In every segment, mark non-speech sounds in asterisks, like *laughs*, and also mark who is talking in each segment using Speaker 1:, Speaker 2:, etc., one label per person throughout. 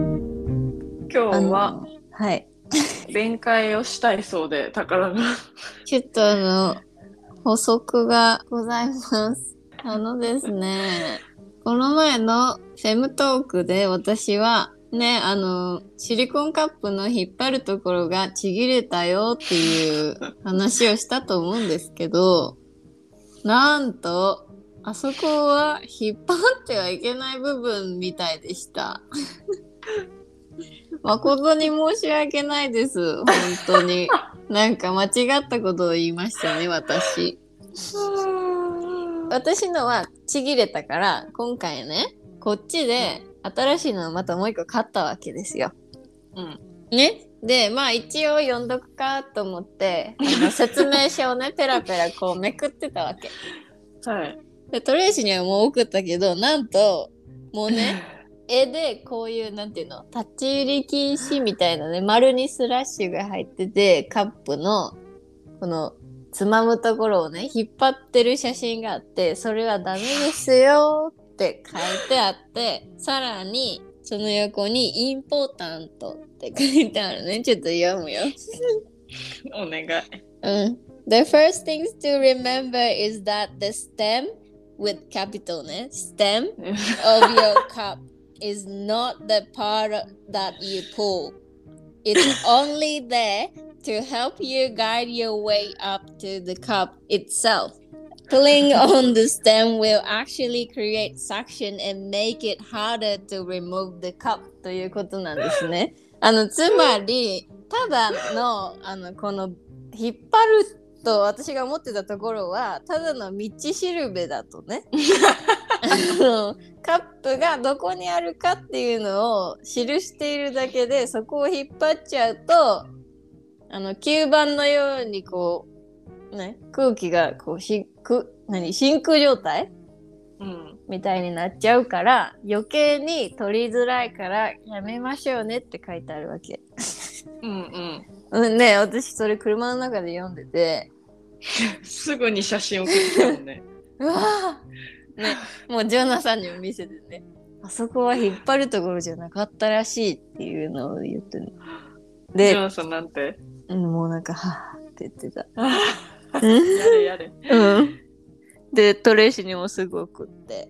Speaker 1: 今日は
Speaker 2: はい。
Speaker 1: 弁解をしたいそうで宝が
Speaker 2: ちょっとあの、補足がございます。 *laughs* あのですね、この前のフェムトークで私は、ね、あの、シリコンカップの引っ張るところがちぎれたよっていう話をしたと思うんですけど、なんと、あそこは引っ張ってはいけない部分みたいで *laughs* した。誠に申し訳ないです、本当に。なんか間違ったことを言いましたね私私のはちぎれたから今回ねこっちで新しいのをまたもう一個買ったわけですよ
Speaker 1: うん
Speaker 2: ねでまあ一応読んどくかと思ってあの説明書をねペラペラこうめくってたわけ
Speaker 1: はい
Speaker 2: でトレーシーにはもう送ったけどなんともうね絵でこういうなんていうの立ち入り禁止みたいなね丸にスラッシュが入っててカップのこのつまむところをね引っ張ってる写真があってそれはダメですよって書いてあってさらにその横に「インポータント」って書いてあるねちょっと読むよ。
Speaker 1: *laughs* お願い
Speaker 2: うん。The first things to remember is that the stem with capital ね stem of your cup is not the part that you pull. It's only there to help you guide your way up to the cup itself. Pulling on the stem will actually create suction and make it harder to remove the cup ということなんですね。あのつまりただのあのこの引っ張ると私が思ってたところはただの道しるべだとね。あのカップがどこにあるかっていうのを記しているだけでそこを引っ張っちゃうとあの吸盤のようにこう、ね、空気がこうひく何真空状態
Speaker 1: うん
Speaker 2: みたいになっちゃうから余計に取りづらいからやめましょうねって書いてあるわけ。
Speaker 1: うんうん
Speaker 2: うん、ね私それ車の中で読んでて
Speaker 1: すぐに写真送ったもんね
Speaker 2: うわーねもうジョナさんにも見せてねあそこは引っ張るところじゃなかったらしいっていうのを言ってね
Speaker 1: ジ
Speaker 2: で
Speaker 1: ョンさんなんて
Speaker 2: うんもうなんかはぁって言ってた、
Speaker 1: やれやれ
Speaker 2: *laughs* うん、でトレーシーにもすごくって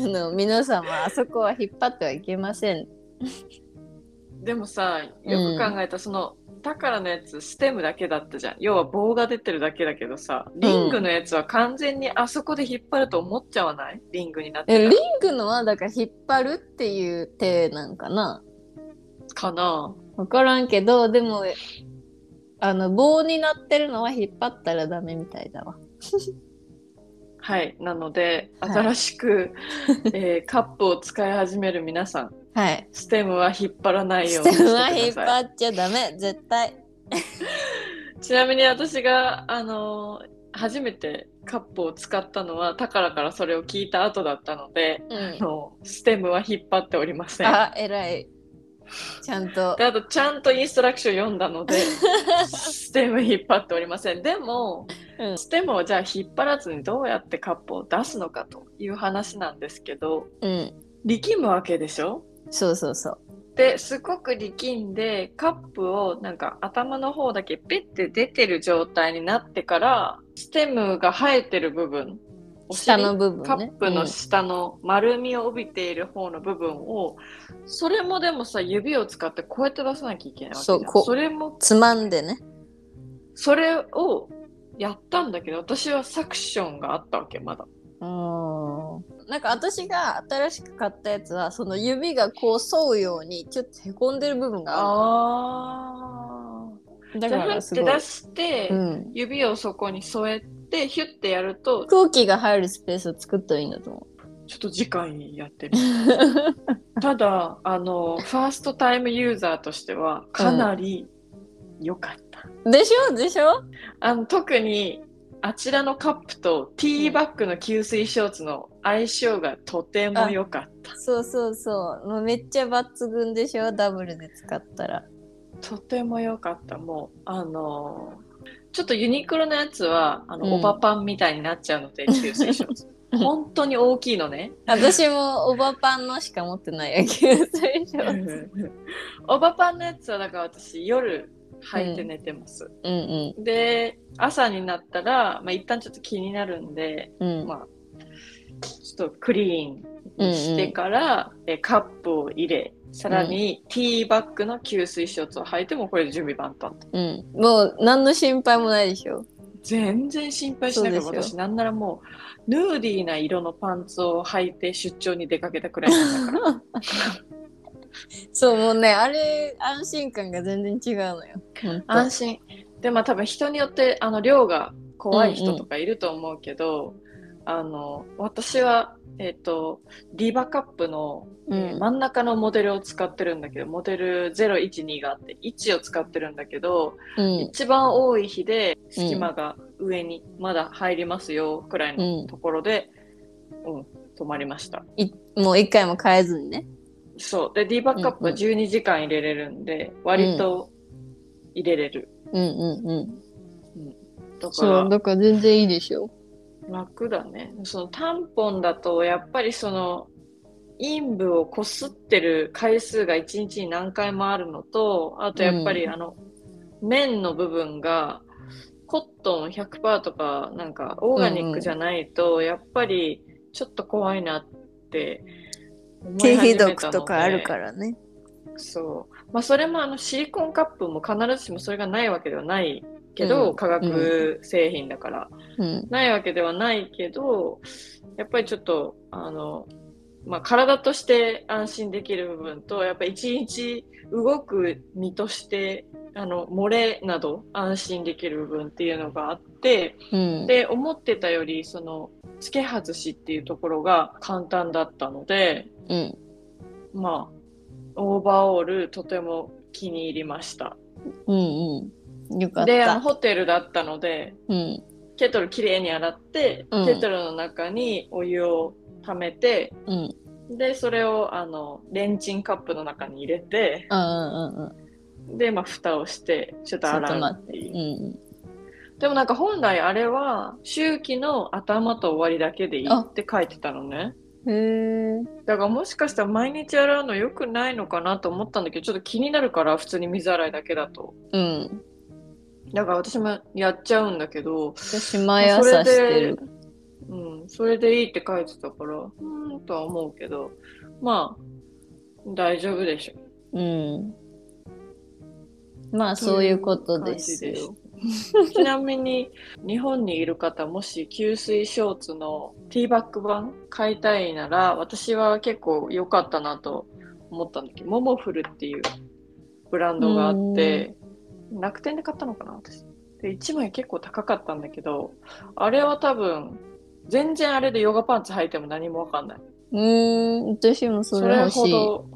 Speaker 2: あの皆様あそこは引っ張ってはいけません
Speaker 1: でもさよく考えた、その宝のやつステムだけだったじゃん要は棒が出てるだけだけどさリングのやつは完全にあそこで引っ張ると思っちゃわないリングになっ
Speaker 2: え
Speaker 1: て
Speaker 2: リン
Speaker 1: る
Speaker 2: グのはだから引っ張るっていう手なんかな
Speaker 1: かな
Speaker 2: 分からんけどでもあの棒になってるのは引っ張ったらダメみたいだわ
Speaker 1: はいなので
Speaker 2: はい
Speaker 1: 新しく、え
Speaker 2: *laughs*
Speaker 1: ーカップを使い始める皆さん
Speaker 2: はい
Speaker 1: ステムは引っ張らないよ
Speaker 2: ス
Speaker 1: うにして
Speaker 2: テ
Speaker 1: く
Speaker 2: ムは引
Speaker 1: だ
Speaker 2: っ
Speaker 1: さ
Speaker 2: 張っちゃダメ絶対
Speaker 1: い。ちなみに私が、あのー初めてカップを使ったのは、タカラからそれを聞いた後だったので、
Speaker 2: う
Speaker 1: あ
Speaker 2: ん
Speaker 1: のステムは引っ張っておりません。
Speaker 2: あ偉いちゃんと
Speaker 1: であと、ちゃんとインストラクション読んだ
Speaker 2: *laughs*
Speaker 1: ので、ステム引っ張っておりません。でも、
Speaker 2: うん
Speaker 1: ステムをじゃあ引っ張らずにどうやってカップを出すのかという話なんですけど、
Speaker 2: うん
Speaker 1: 力むわけでしょ
Speaker 2: そうそうそう
Speaker 1: ですごく力んでカップをなんか頭の方だけピッて出てる状態になってからステムが生えてる部分お尻
Speaker 2: 下の部分ね
Speaker 1: カップの下の丸みを帯びている方の部分を、それもでもさ指を使ってこうやって出さなきゃいけないわけじゃん
Speaker 2: そうこう
Speaker 1: それも
Speaker 2: つまんでね
Speaker 1: それをやったんだけど私はサクションがあったわけまだ
Speaker 2: うんなんか私が新しく買ったやつはその指がこう沿うようにちょっとへこんでる部分が
Speaker 1: あ
Speaker 2: ある
Speaker 1: あ
Speaker 2: だ
Speaker 1: じゃ
Speaker 2: か
Speaker 1: あふ
Speaker 2: ら
Speaker 1: っ
Speaker 2: す
Speaker 1: て
Speaker 2: ごい
Speaker 1: 出、して、
Speaker 2: うん、
Speaker 1: 指をそこに添えてヒュッてやると
Speaker 2: 空気が入るスペースを作ったらいいんだと思
Speaker 1: ちょっと次回にやってみる
Speaker 2: *laughs*
Speaker 1: ただあのファーストタイムユーザーとしてはかなり良かった、
Speaker 2: うでしょでしょ
Speaker 1: あの特にあちらのカップとティーバッグの吸水ショーツの相性がとても良かった
Speaker 2: そうそうそうもうめっちゃ抜群でしょダブルで使ったら
Speaker 1: とても良かったもうあのちょっとユニクロのやつは、あの、
Speaker 2: うん
Speaker 1: オバパンみたいになっちゃうの
Speaker 2: *laughs*
Speaker 1: で、注水します。本当に大きいのね。
Speaker 2: 私もおばパンのしか持ってないやけど、最初。うん
Speaker 1: オバパンのやつは、だから私、夜履いて寝てます。
Speaker 2: う
Speaker 1: で、朝になったら、まあ、一旦ちょっと気になるんで、
Speaker 2: ん。うん。
Speaker 1: まあ、ちょっとクリーンにしてから、えカップを入れ、さらにティーバッグの吸水ショーツを履いても、これで準備万端。
Speaker 2: うん。もう、何の心配もないでしょ。
Speaker 1: 全然心配しなくて
Speaker 2: そうですよ
Speaker 1: 私なんならもうヌーディーな色のパンツを履いて出張に出かけたくらいなんだ
Speaker 2: *laughs*
Speaker 1: から
Speaker 2: そう、もうね、あれ、安心感が全然違うのよ。
Speaker 1: 安心でまあ多分人によってあの量が怖い人とかいると思うけど、あの私はえっ、とリバカップの、
Speaker 2: うん
Speaker 1: えー真ん中のモデルを使ってるんだけどモデル012があって1を使ってるんだけど、
Speaker 2: うん。
Speaker 1: 一番多い日で隙間が上にまだ入りますよくらいのところで、うん止まりました。
Speaker 2: もう一回も変えずにね。
Speaker 1: そう。で、D バックアップは
Speaker 2: うん
Speaker 1: 12時間入れれるんで、割と入れれる。
Speaker 2: うんうんうん。
Speaker 1: だか
Speaker 2: そう、
Speaker 1: ら、
Speaker 2: だから全然いいでしょ。
Speaker 1: 楽だね。そのタンポンだと、やっぱりその、陰部をこすってる回数が1日に何回もあるのと、あとやっぱり
Speaker 2: う
Speaker 1: あの、面の部分が、コットン100%とか、なんかオーガニックじゃないと、やっぱりちょっと怖いなって思い
Speaker 2: 経
Speaker 1: 始め
Speaker 2: 費
Speaker 1: たので。
Speaker 2: 毒とかあるからね。
Speaker 1: そう。まあ、それもあのシリコンカップも必ずしもそれがないわけではないけど、
Speaker 2: うん
Speaker 1: 化学製品だから、
Speaker 2: うん。
Speaker 1: ないわけではないけど、やっぱりちょっと、あの、まあ、体として安心できる部分と、やっぱり一日動く身として、あの、漏れなど安心できる部分っていうのがあって、
Speaker 2: うん。
Speaker 1: で、思ってたより、その、付け外しっていうところが簡単だったので、
Speaker 2: うん。
Speaker 1: まあ、オーバーオールとても気に入りました。
Speaker 2: うんうん。よかっ
Speaker 1: で、あ
Speaker 2: た
Speaker 1: の。ホテルだったので、
Speaker 2: うん。
Speaker 1: ケトルきれいに洗って、
Speaker 2: うん
Speaker 1: ケトルの中にお湯を溜めて、
Speaker 2: うん。
Speaker 1: で、それをあのレンチンカップの中に入れて、
Speaker 2: ああ、うん
Speaker 1: で、まあ、蓋をして、ちょっと洗うっていう
Speaker 2: う。ん。
Speaker 1: でもなんか本来あれは、周期の頭と終わりだけでいいって書いてたのね。
Speaker 2: うん。へえ。
Speaker 1: だからもしかしたら毎日洗うの良くないのかなと思ったんだけど、ちょっと気になるから、普通に水洗いだけだと。
Speaker 2: うん。
Speaker 1: だから私もやっちゃうんだけど、
Speaker 2: 私、毎朝してる。
Speaker 1: うん、それでいいって書いてたから、うーんとは思うけど、まあ、大丈夫でしょ。
Speaker 2: うん。まあ、そういうことです
Speaker 1: という
Speaker 2: よ。
Speaker 1: 感じです。ちなみに、日本にいる方、もし吸水ショーツのティーバッグ版買いたいなら、私は結構良かったなと思ったんだけど、モモフルっていうブランドがあって、楽天で買ったのかな、私。で、1枚結構高かったんだけど、あれは多分、全然あれでヨガパンツ履いても何もわかんない。
Speaker 2: うーん。私もそ
Speaker 1: そ
Speaker 2: れ
Speaker 1: れ
Speaker 2: 欲
Speaker 1: ほ
Speaker 2: しい。
Speaker 1: ど、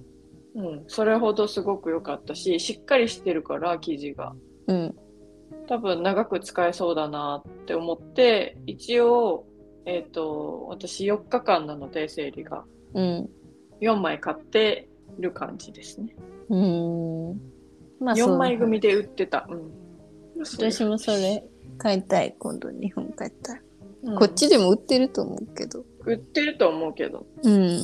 Speaker 1: うん、それほどすごく良かったし、しっかりしてるから、生地が。
Speaker 2: うん。
Speaker 1: 多分長く使えそうだなって思って、一応、えっ、と、私4日間なので、整理が。
Speaker 2: うん。
Speaker 1: 4枚買ってる感じですね。
Speaker 2: うん。まあ、
Speaker 1: 4
Speaker 2: そう。
Speaker 1: 枚組で売ってた。うん。
Speaker 2: 私もそれ買いたい。今度、日本帰ったら。
Speaker 1: うん
Speaker 2: こっちでも売ってると思うけど。
Speaker 1: 売ってると思うけど。
Speaker 2: うん。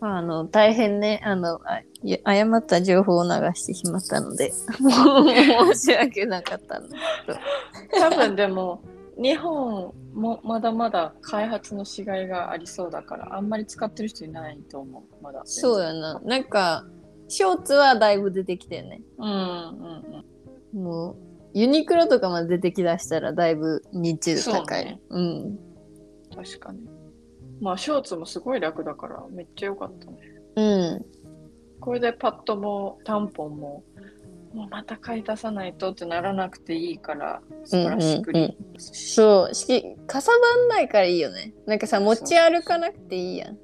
Speaker 2: まあ、あの、大変ね、あの、あいや誤った情報を流してしまったの *laughs* で、申し訳なかったの。
Speaker 1: 多分でも、 *laughs* 日本もまだまだ開発のしがいがありそうだから、あんまり使ってる人いないと思う。まだ。
Speaker 2: そうやな。なんか、ショーツはだいぶ出てきてね。
Speaker 1: うんうんうん。
Speaker 2: もう、ユニクロとかまで出てきだしたらだいぶ認知度高い。
Speaker 1: そうね
Speaker 2: うん。
Speaker 1: 確かに。まあ、ショーツもすごい楽だから、めっちゃ良かったね。
Speaker 2: うん。
Speaker 1: これでパッドもタンポンも、もうまた買い足さないとってならなくていいから、素晴らしく
Speaker 2: うんうん
Speaker 1: り。
Speaker 2: そう。し、かさばんないからいいよね。なんかさ、持ち歩かなくていいやん。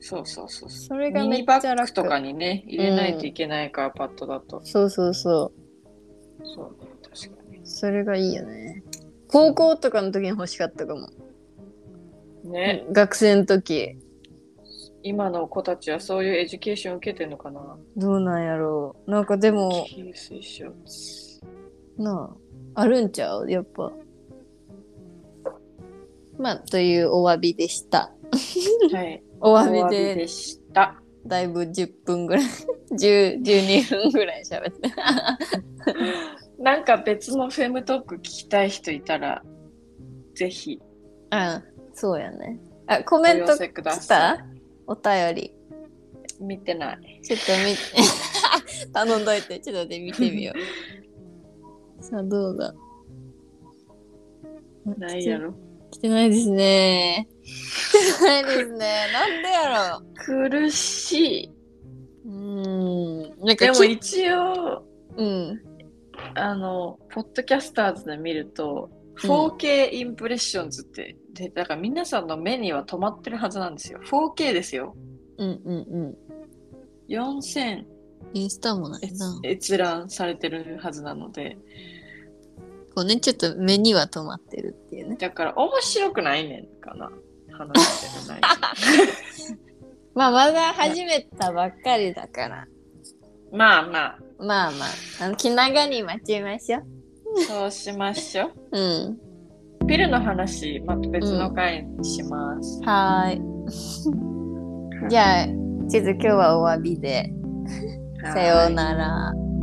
Speaker 1: そうそうそうそ
Speaker 2: それ
Speaker 1: う。
Speaker 2: が
Speaker 1: ミ
Speaker 2: め
Speaker 1: ニ
Speaker 2: っちゃ
Speaker 1: バ
Speaker 2: 楽。
Speaker 1: ッグとかにね、入れないといけないから、パッドだと。
Speaker 2: そうそうそう。
Speaker 1: そうね、確かに。
Speaker 2: それがいいよね。高校とかの時に欲しかったかも。
Speaker 1: ね、
Speaker 2: 学生の時。
Speaker 1: 今の子たちはそういうエデュケーション受けてるのかな
Speaker 2: どうなんやろう。なんかでも、
Speaker 1: 吸水ショーツ。
Speaker 2: なあ。あるんちゃうやっぱ。まあ、というお詫びでした。
Speaker 1: はい。
Speaker 2: お
Speaker 1: お
Speaker 2: 詫び
Speaker 1: 詫び
Speaker 2: で、
Speaker 1: でした。
Speaker 2: だいぶ10分ぐらい、10、12分ぐらい喋って。
Speaker 1: なんか別のフェムトーク聞きたい人いたら、ぜひ
Speaker 2: あ、そうやね。あ、コ
Speaker 1: お
Speaker 2: メント
Speaker 1: 寄
Speaker 2: 来
Speaker 1: せくださ
Speaker 2: たお便り。
Speaker 1: い。見てない。
Speaker 2: ちょっと見て、 *laughs* 頼んどいて、ちょっとで見てみよ *laughs* う。さあ、どうだ。
Speaker 1: ないやろ。
Speaker 2: 来て。来てないですね。来てないですね。なんでやろ
Speaker 1: 苦しい。
Speaker 2: う。うん。なん
Speaker 1: で
Speaker 2: か
Speaker 1: も
Speaker 2: き、
Speaker 1: 一応、
Speaker 2: うん。
Speaker 1: あの、ポッドキャスターズで見ると、4K インプレッションズって、で、だから皆さんの目には止まってるはずなんですよ。4K ですよ。
Speaker 2: うんうんうん。
Speaker 1: 4000
Speaker 2: インスタもないな。
Speaker 1: 閲覧されてるはずなので、
Speaker 2: こうね、ちょっと目には止まってるっていうね。
Speaker 1: だから面白くないねんかな。話してる内容
Speaker 2: *laughs* まあ、まだ始めたばっかりだから。
Speaker 1: まあまあ、
Speaker 2: まあまあ、あの気長に待ちましょう。
Speaker 1: そうしましょう。
Speaker 2: うん。
Speaker 1: ピルの話、また別の回にします。
Speaker 2: は *laughs* ーい。じゃあ、ちょっと今日はお詫びで。さようなら。
Speaker 1: ら。